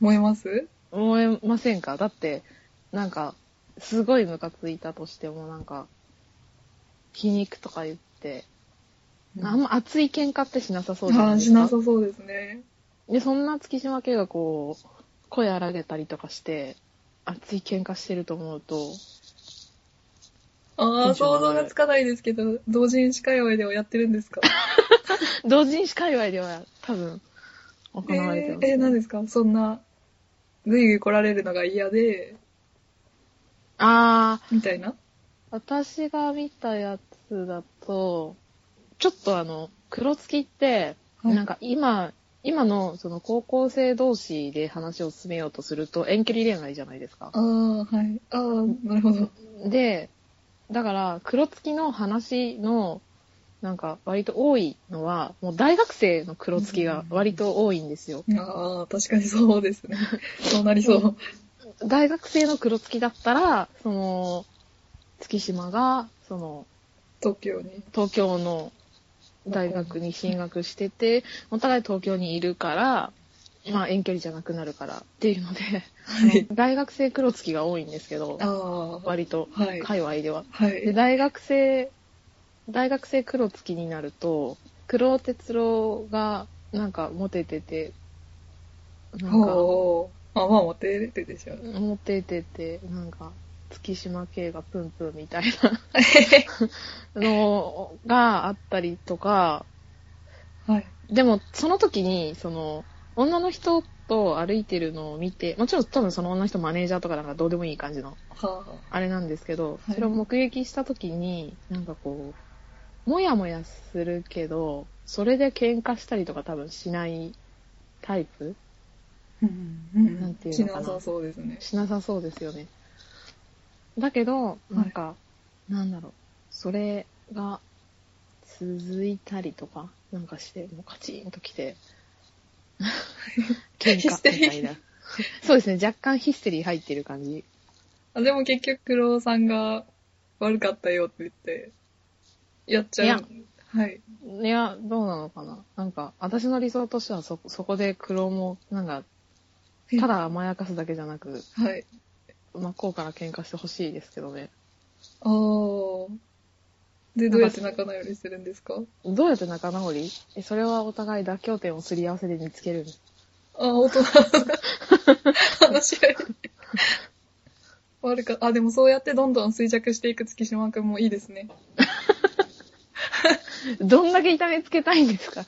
S1: 思います
S2: 思えませんかだって、なんか、すごいムカついたとしても、なんか、皮肉とか言って、あんま熱い喧嘩ってしなさそうじゃ
S1: あ
S2: ないで
S1: ー
S2: す
S1: し
S2: か。
S1: なさそうですね。
S2: で、そんな月島家がこう、声荒げたりとかして、熱い喧嘩してると思うと、
S1: あ
S2: テ
S1: あ、
S2: ンショ
S1: 想
S2: ン上が
S1: 像
S2: る
S1: がつかないですけど、同人誌界隈ではやってるんですか
S2: 同人誌界隈では多分、 行
S1: え
S2: われてます、
S1: ー、えー、何ですかそんな、ぐいぐい来られるのが嫌で、
S2: あー、
S1: みたいな
S2: 私が見たやつだと、ちょっとあの、黒月って、
S1: はい
S2: なんか今、今のその高校生同士で話を進めようとすると遠距離恋愛じゃないですか
S1: あ。あ、はい。ああ、なるほど。
S2: で、だから、黒月の話の、なんか、割と多いのは、もう大学生の黒月が割と多いんですよ。
S1: ああ、確かにそうですね。 そうなりそう。
S2: 大学生の黒月だったら、その、月島が、その、
S1: 東京に。
S2: 東京の大学に進学しててお互い東京にいるから、まあ、遠距離じゃなくなるからっていうので、
S1: はい。
S2: 大学生黒月が多いんですけど
S1: ああ。は
S2: 割と
S1: はい
S2: 界隈では。で
S1: い。
S2: 大学生大学生黒月になると黒哲郎がなんかモテててなんか
S1: ほう。まあまあ、モテるってでしょ。
S2: モテててなんか月島系がプンプンみたいな のがあったりとか
S1: はい。
S2: でもその時にその女の人と歩いてるのを見てもちろん多分その女の人マネージャーとかなんかどうでもいい感じの
S1: は
S2: あれなんですけど、
S1: はい
S2: それを目撃した時になんかこうもやもやするけどそれで喧嘩したりとか多分しないタイプ
S1: あ。うん。うん。
S2: なんていう
S1: し
S2: の
S1: な
S2: かな
S1: さそうですね。
S2: しなさそうですよねだけどなんか、なんだろうそれが続いたりとかなんかしてもうカチンときて喧嘩みたいな そうですね若干ヒステリー入ってる感じ
S1: あでも結局、クロさんが悪かったよって言って、やっちゃう。はい。
S2: いや、どうなのかな。なんか、私の理想としてはそ、そこで苦労も、なんか、ただ甘やかすだけじゃなく、
S1: はい。
S2: 真っ向から喧嘩してほしいですけどね。
S1: ああ。で、どうやって仲直りするんですか
S2: どうやって仲直りえそれはお互い妥協点をすり合わせで見つけるんです。
S1: ああ、大 人。話し合い。悪か、あ、でもそうやってどんどん衰弱していく月島くんもいいですね。
S2: どんだけ痛めつけたいんですか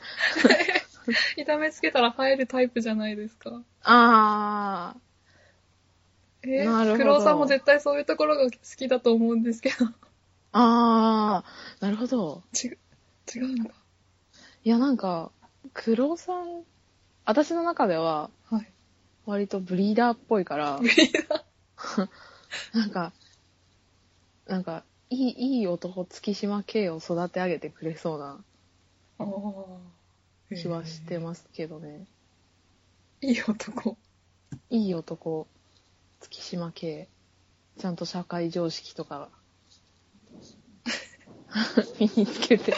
S1: 痛めつけたら生えるタイプじゃないですか。
S2: あ
S1: え
S2: なるほど
S1: ー、黒尾さんも絶対そういうところが好きだと思うんですけど。
S2: ー、あー、なるほど。
S1: 違う、違うのか。
S2: いや、なんか、苦労さん、私の中では、
S1: はい。
S2: 割とブリーダーっぽいから。 なんか、なんか、いい、いい男、月島圭を育て上げてくれそうな
S1: ああ。
S2: 気はしてますけどね。
S1: いい男。
S2: いい男、月島圭。ちゃんと社会常識とか、 身につけて。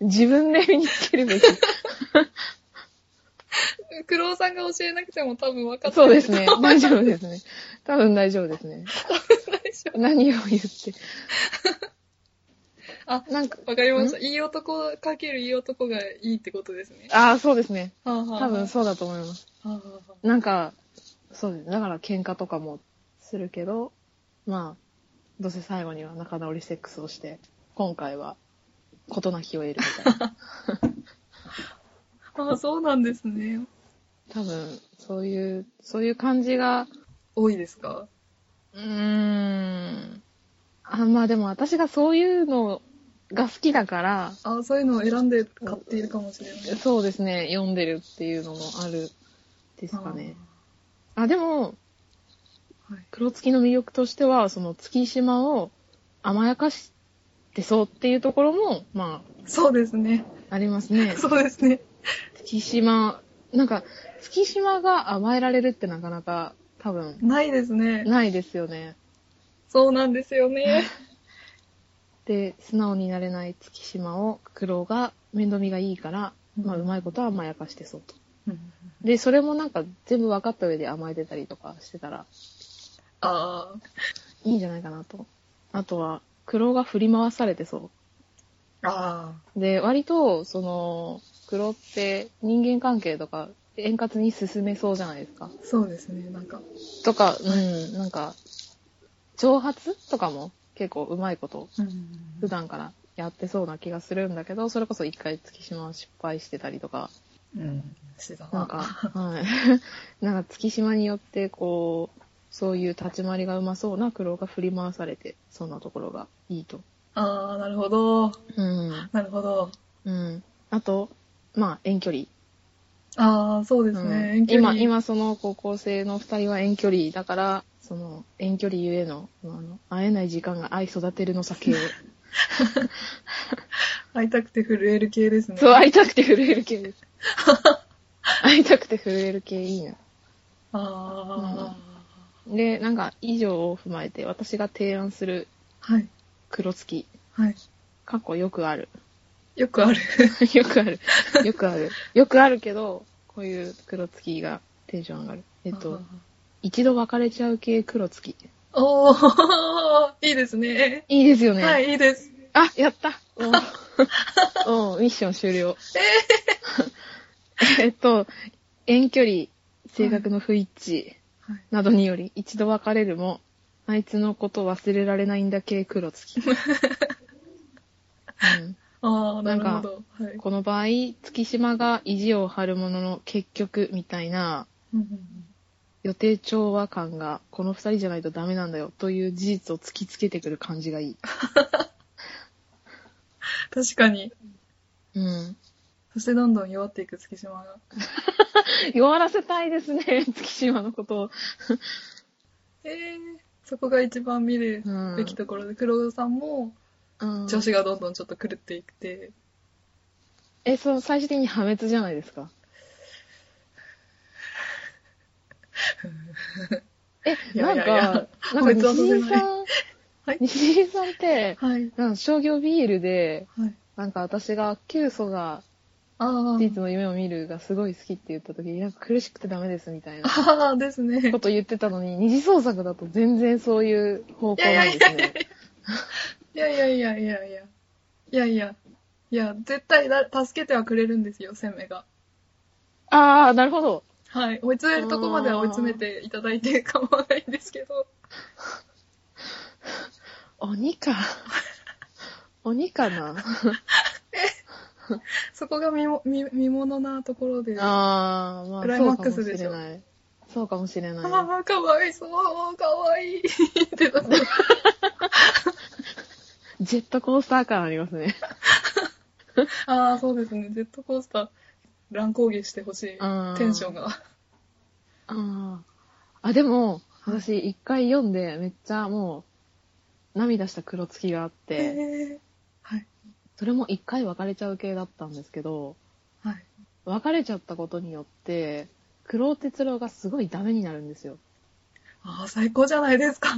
S2: 自分で身につけるべき。
S1: 黒尾さんが教えなくても多分分かって
S2: そう
S1: る
S2: ですね。大丈夫ですね。多分大丈夫ですね。
S1: でしょ。
S2: 何を言って。
S1: あ、
S2: なんか、
S1: わかりました。いい男かけるいい男がいいってことですね。
S2: ああ、そうですね。
S1: はあはあ
S2: 多分そうだと思います。
S1: はあはあは
S2: なんか、そうです。だから喧嘩とかもするけど、まあ、どうせ最後には仲直りセックスをして、今回は事なきを得るみたいな。
S1: あああ、そうなんですね。
S2: 多分、そういう、そういう感じが、
S1: 多いですか
S2: うーん。あ、まあでも私がそういうのが好きだから、
S1: あそういうのを選んで買っているかもしれない。
S2: そうですね、読んでるっていうのもあるですかね。あ、でも、
S1: あー。はい。
S2: 黒月の魅力としては、その月島を甘やかしてそうっていうところも、ま
S1: そうですね。
S2: あ、ありますね。
S1: そうですね。
S2: 月島、なんか、月島が甘えられるってなかなか、多分、
S1: ないですね。
S2: ないですよね。
S1: そうなんですよね。
S2: で、素直になれない月島を、黒が面倒見がいいから、まあ、うまいことは甘やかしてそうと。で、それもなんか、全部分かった上で甘えてたりとかしてたら、
S1: あ
S2: いいんじゃないかなと。あとは、黒が振り回されてそう。
S1: あ。あ
S2: で、割と、その、黒って人間関係とか円滑に進めそうじゃないですか
S1: あ。。そうですね。なんか。
S2: とか、うん、なんか、挑発とかも結構うまいこと、普段からやってそうな気がするんだけど、それこそ一回月島は失敗してたりとか、
S1: うん。してた
S2: なんか、はい。 なんか月島によって、こう、そういう立ち回りがうまそうな黒が振り回されて、そんなところがいいと。
S1: ああ、なるほど。
S2: うん。
S1: なるほど。
S2: うん。あと、まあ、遠距離。
S1: ああ、そうです
S2: うん
S1: ね。遠距離
S2: 今、今その高校生の2人は遠距離だから、その遠距離ゆえの、あの、会えない時間が愛育てるの酒 を。
S1: 会いたくて震える系ですね。
S2: そう、会いたくて震える系 です。会いたくて震える系いいな。
S1: あ
S2: で、なんか以上を踏まえて私が提案する
S1: あ。はい。
S2: 黒月。
S1: はい。
S2: 過去よく ある。
S1: よくある。
S2: よくある。よくある。よくあるけど、こういう黒月がテンション上がる。えっと、一度別れちゃう系黒月。
S1: あー。 おー、いいですね。
S2: いいですよね。
S1: はい、いいです。
S2: あ、やった。おうん、ミッション終了。えっと、遠距離、性格の不一致
S1: はい
S2: などにより、一度別れるも、あいつのこと忘れられないんだ系黒月。うん
S1: ああ、なるほど。はい。
S2: この場合、月島が意地を張るものの結局みたいな
S1: うんうんうん
S2: 予定調和感がこの二人じゃないとダメなんだよという事実を突きつけてくる感じがいい。
S1: 確かに。
S2: うん。
S1: そしてどんどん弱っていく月島が。
S2: 弱らせたいですね、月島のことを。
S1: えー、そこが一番見る
S2: うん
S1: べきところで、黒田さんも
S2: うん
S1: 調子がどんどんちょっと狂っていって、
S2: え、その最終的に破滅じゃないです か。え、
S1: い
S2: な
S1: や
S2: ん
S1: い
S2: か、
S1: やいや
S2: なんか
S1: 破滅はさ
S2: 西
S1: せ
S2: 井
S1: ない
S2: さん、
S1: はい
S2: 西井さんって、
S1: はい。
S2: なんか商業ビールで、
S1: はい。
S2: なんか私が、旧祖が、
S1: あ
S2: 事実の夢を見るがすごい好きって言った時に、なんか苦しくてダメですみたいな
S1: あ。ああ、ですね
S2: こ。と言ってた のに、二次創作だと全然そういう方向なんですね。
S1: いやいやいや いやいや。いやいや。いや、絶対だ助けてはくれるんですよ、攻めが。
S2: ああ、なるほど。
S1: はい。追い詰めるとこまでは追い詰めていただいて構わないんですけど。
S2: 鬼か。鬼かな。
S1: そこが見も見見ものなところで。あ
S2: ああ、まあ、
S1: クライ
S2: そ
S1: マ
S2: う
S1: ッ
S2: か
S1: ク
S2: も
S1: ス
S2: し
S1: でし
S2: れ
S1: ょ
S2: ない。そうかもしれない。
S1: あ、かわいそう、かわいい。ってなって
S2: ジェットコースター感ありますね。
S1: ああ、そうですね。ジェットコースター、乱高下してほしい。
S2: うん
S1: テンションが。
S2: ああ。あ、でも、私一回読んでめっちゃもう涙した黒月があって、
S1: えーはい。
S2: それも一回別れちゃう系だったんですけど、
S1: はい。
S2: 別れちゃったことによって、黒哲郎がすごいダメになるんですよ。
S1: ああ、最高じゃないですか。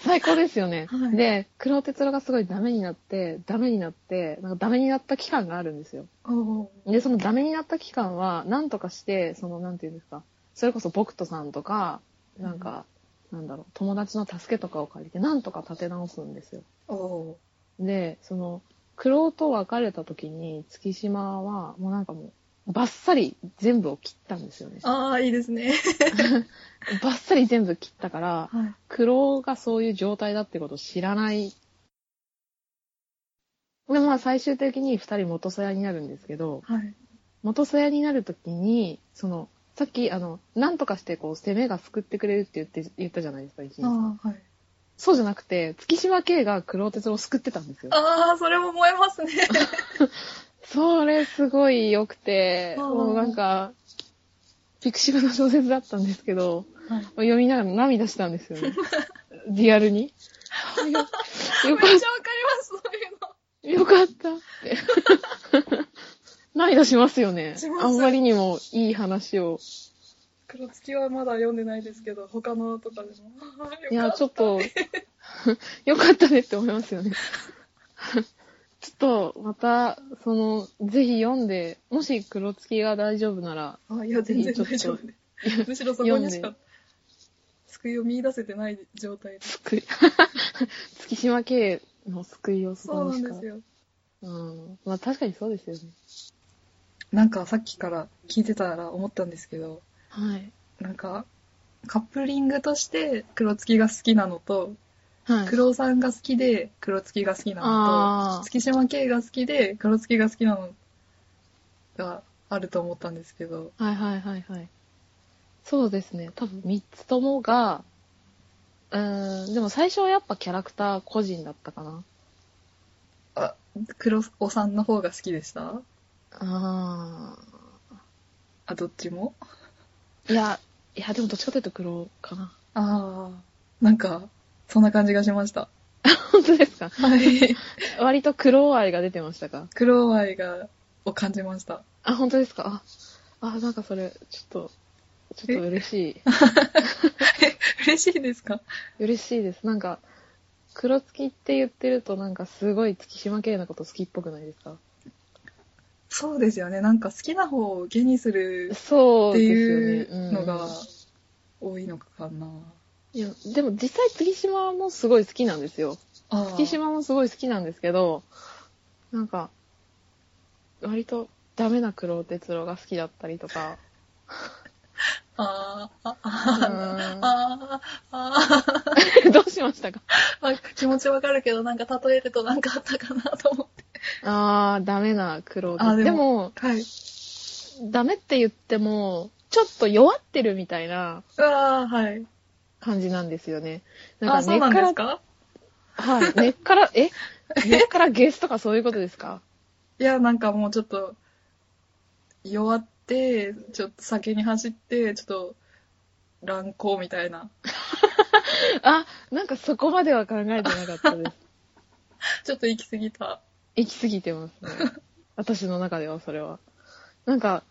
S2: 最高ですよね。
S1: はい
S2: で、黒哲郎がすごいダメになって、ダメになって、なんかダメになった期間があるんですよ。
S1: おお
S2: で、そのダメになった期間は、なんとかして、その、なんていうんですか、それこそ僕とさんとか、なんか、なんだろう、友達の助けとかを借りて、なんとか立て直すんですよ。
S1: ー。お
S2: で、その、苦労と別れた時に、月島は、もうなんかもう、バッサリ全部を切ったんですよね
S1: ー。ああ、いいですね。
S2: バッサリ全部切ったから、
S1: はい。
S2: 苦労がそういう状態だってことを知らない。で、まあ最終的に二人元鞘になるんですけど、
S1: はい。
S2: 元鞘になるときに、その、さっき、あの、なんとかして、こう、攻めが救ってくれるって言って、言ったじゃないですか、一日
S1: ああ、はい。
S2: そうじゃなくて、月島圭が黒鉄を救ってたんですよ。
S1: ああ、それも燃えますね。
S2: それすごい良くて、
S1: あー
S2: もうなんか、ピクシブの小説だったんですけど、
S1: はい
S2: 読みながら涙したんです よね。リアルに。あよよ
S1: めっちゃわ
S2: か
S1: か
S2: っ
S1: ります、そういうの。
S2: た、よかったって。 涙しますよね
S1: し。ます
S2: あんまりにもいい話を。
S1: 黒月はまだ読んでないですけど、他のとかでも。
S2: いや、ちょっと、 よかったねって思いますよね。 ちょっと、また、その、ぜひ読んで、もし黒月が大丈夫なら、
S1: あいや、全然大丈夫です。むしろそこにし
S2: 読ん
S1: か救いを見出せてない状態です。
S2: 救い 月島系の救いをそ
S1: そ
S2: こ
S1: うな
S2: にし
S1: ん
S2: か。
S1: ですよ。
S2: うん。まあ確かにそうですよね。
S1: なんかさっきから聞いてたら思ったんですけど、
S2: はい。
S1: なんか、カップリングとして黒月が好きなのと、
S2: はい。
S1: 黒さんが好きで黒月が好きなの
S2: あ
S1: と、月島系が好きで黒月が好きなのがあると思ったんですけど、
S2: あ。はいはいはいはい。そうですね。多分3つともが、うーん、でも最初はやっぱキャラクター個人だったかな。
S1: 黒おさんの方が好きでした
S2: ああ。
S1: あ、どっちも
S2: いや、いや、でもどっちかというと黒かな。
S1: ああ、なんか、そんな感じがしました。
S2: 本当ですか
S1: はい。
S2: 割と黒愛が出てましたか
S1: 黒愛が、を感じました。
S2: あ、本当ですかあ、あ、なんかそれ、ちょっと、ち ょっと嬉しい。
S1: 嬉しいですか
S2: 嬉しいです。なんか、黒月って言ってるとなんかすごい月島系のこと好きっぽくないですか
S1: そうですよね。なんか好きな方を下にするっ
S2: そう
S1: て
S2: で
S1: い
S2: すよね。
S1: うのが
S2: うん
S1: 多いのかな。
S2: いや、でも実際月島もすごい好きなんですよ。
S1: あー
S2: 月島もすごい好きなんですけど、なんか、割とダメな黒哲郎が好きだったりと か、
S1: あーあ、
S2: う
S1: あ
S2: ー
S1: あ、
S2: ん
S1: ああ、あ
S2: どうしましたか
S1: あ、気持ちわかるけど、なんか例えるとなんかあったかなと思って。
S2: ああ、ダメな黒
S1: あ
S2: 哲
S1: で
S2: で
S1: も
S2: も、
S1: はい。
S2: ダメって言っても、ちょっと弱ってるみたいな
S1: うわーはい。
S2: 感じなんですよね。
S1: あ、そうなんです
S2: か
S1: か
S2: ら、 はい、根っから、え根っからゲスとかそういうことで すか
S1: いや、なんかもうちょっと、弱って、ちょっと先に走って、ちょっと、乱行みたいな。
S2: あ、なんかそこまでは考えてなかっ たです。
S1: ちょっと行き過ぎた。
S2: 行き過ぎてますね。 私の中ではそれは。なんか、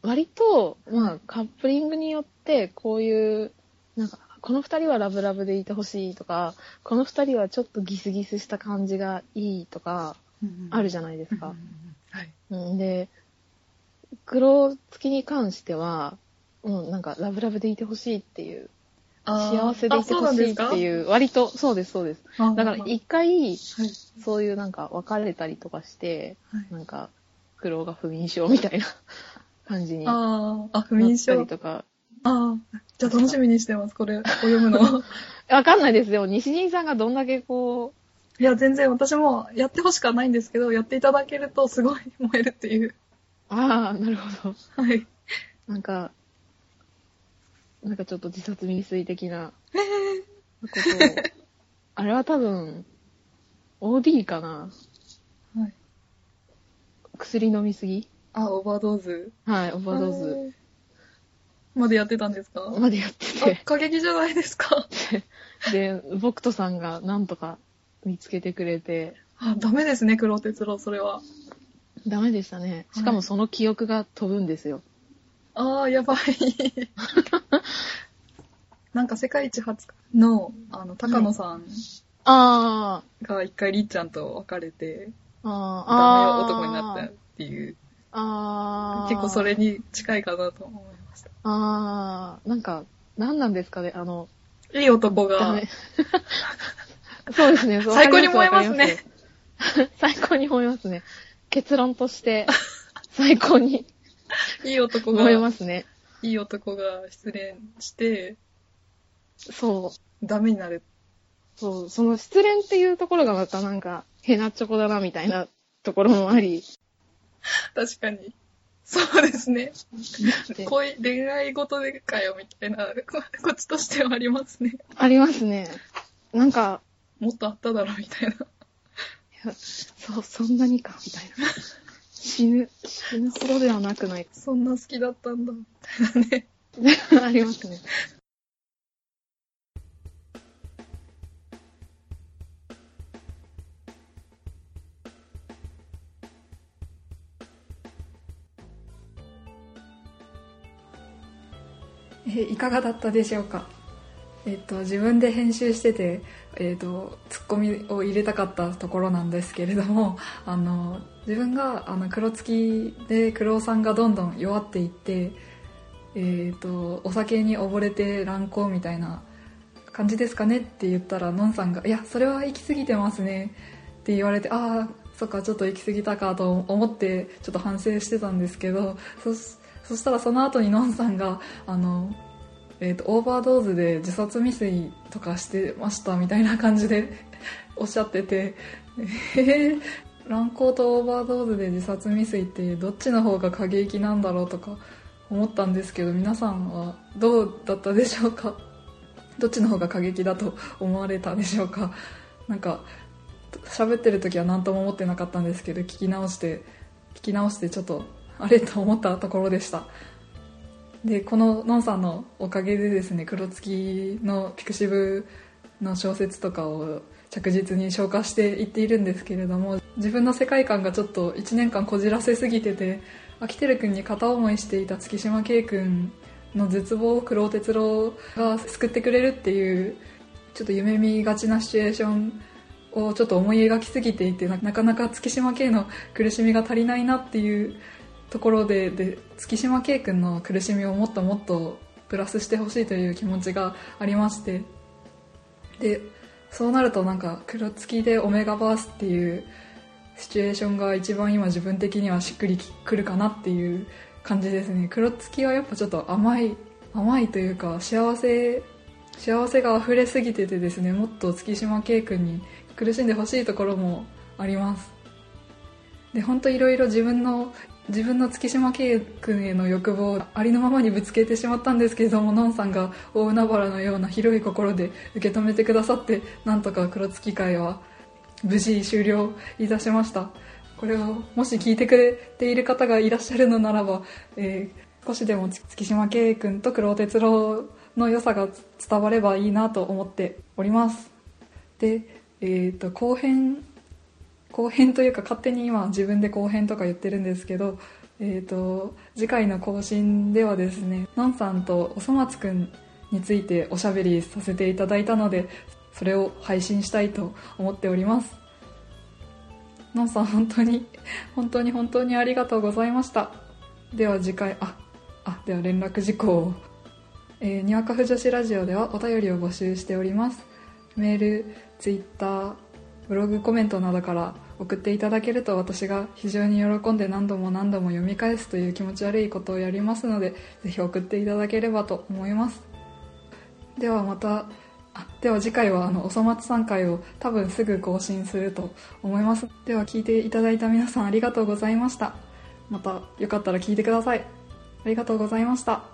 S2: 割と、まあ、カップリングによって、こういう、なんか、この二人はラブラブでいてほしいとか、この二人はちょっとギスギスした感じがいいとか、ある
S1: じ
S2: じゃないですか。
S1: はい。
S2: うんで、黒月に関しては、もうなんか、ラブラブでいてほしいっていう、
S1: あー
S2: 幸せでいてほしいって
S1: う。
S2: いう、割と、そうです、そうです。
S1: あ
S2: だから、
S1: はい。
S2: 一回、そういうなんか、別れたりとかして、
S1: はい
S2: なんか、苦労が不眠症みたいな 感じになっ
S1: ああ、あ、不
S2: たり
S1: 眠症。
S2: とか。
S1: ああ、じゃあ楽しみにしてます、これ、お読むの。
S2: わかんないです。でも、西陣さんがどんだけこ
S1: いや、全然私もやってほしくはないんですけど、やっていただけるとすごい燃えるっていう。
S2: う、ああ、なるほど。
S1: はい。
S2: なんか、なんかちょっと自殺未遂的なこ とを。あれは多分、OD かな
S1: はい、
S2: 薬飲みすぎ
S1: あ、オーバードーズ。
S2: はい、オーバードーズ
S1: ズ。までやってたんですか
S2: までやって
S1: あ
S2: て、。
S1: 過激じゃないですか。
S2: で、ボクトさんがなんとか見つけてくれて、
S1: あ、ダメですね、黒哲郎、それは。
S2: ダメでしたね。しかもその記憶が飛ぶんですよ。
S1: ああ、やばい。なんか世界一初の、あの、高野さん
S2: あ
S1: が一回りっちゃんと別れて、
S2: あ、あ
S1: ダメ男になったたっていう、
S2: ああ。
S1: 結構そ。れに近いかなと思いました。
S2: ああ、なんか、何なんですかね、あの、
S1: いい男
S2: ダ
S1: が
S2: メ。そうですね、
S1: 最高に燃えますね
S2: わかります。 わかります最高に燃えますね。結論と して、最高に
S1: いい男が、
S2: 燃えま
S1: い
S2: すね。
S1: い男が失恋して、
S2: そう。
S1: ダメになる。
S2: そう、その失恋っていうところがまたなんか、ヘナチョコだなみたいなところもあり、
S1: 確かに。そうですね。
S2: で
S1: 恋、恋愛事でかよ、みたいな、ここっちとしてはありますね。
S2: ありますね。なんか、
S1: もっとあっただろ、みたいな。
S2: いやそう、そんなにか、みたい な。死ぬ、死ぬほどではなくない。
S1: そんな好きだったんだ、みたいなね。
S2: ありますね。
S3: えーいかがだったでしょうか、えっと自分で編集してて、えっとツッコミを入れたかったところなんですけれども あの自分があの黒月で黒尾さんがどんどん弱っていって、えっとお酒に溺れて乱行みたいな感じですかねって言ったらのんさんが「いやそれは行き過ぎてますね」って言われてああそっかちょっと行き過ぎたかと思ってちょっと反省してたんですけどそしそしたらその後にのんさんがあの、えーとオーバードーズで自殺未遂とかしてましたみたいな感じで おっしゃっててえー乱行とオーバードーズで自殺未遂ってどっちの方が過激なんだろうとか思ったんですけど皆さんはどうだったでしょうかどっちの方が過激だと思われたでしょうかなんか喋ってる時は何とも思ってなかったんですけど聞き直して聞き直してちょっとあれと思ったところでしたでこののんさんのおかげでですね黒月のピクシブの小説とかを着実に消化していっているんですけれども自分の世界観がちょっと1年間こじらせすぎてて秋輝くんに片思いしていた月島圭くんの絶望を黒尾哲郎が救ってくれるっていうちょっと夢見がちなシチュエーションをちょっと思い描きすぎていてななかなか月島系の苦しみが足りないなっていうところでで月島圭君の苦しみをもっともっとプラスしてほしいという気持ちがありましてでそうなるとなんか黒月でオメガバースっていうシチュエーションが一番今自分的にはしっくりきくるかなっていう感じですね黒月はやっぱちょっと甘い甘いというか幸せ幸せが溢れすぎててですねもっと月島圭君に苦しんでほしいところもありますで本当いろいろ自分の自分の月島圭君への欲望をありのままにぶつけてしまったんですけれどものんさんが大海原のような広い心で受け止めてくださってなんとか黒月会は無事終了いたしましたこれをもし聞いてくれている方がいらっしゃるのならば、えー少しでも月島圭君と黒尾哲郎の良さが伝わればいいなと思っておりますで、えー、と後編後編というか勝手に今自分で後編とか言ってるんですけど、えー、と次回の更新ではですねのんさんとおそ松くんについておしゃべりさせていただいたのでそれを配信したいと思っておりますのんさん本当に本当に本当にありがとうございましたでは次回ああでは連絡事項をえーにわかふ女子ラジオではお便りを募集しておりますメールツイッターブログコメントなどから送っていただけると私が非常に喜んで何度も何度も読み返すという気持ち悪いことをやりますのでぜひ送っていただければと思いますではまたあでは次回はあのおそ松さん会を多分すぐ更新すると思いますでは聞いていただいた皆さんありがとうございましたまたよかったら聞いてくださいありがとうございました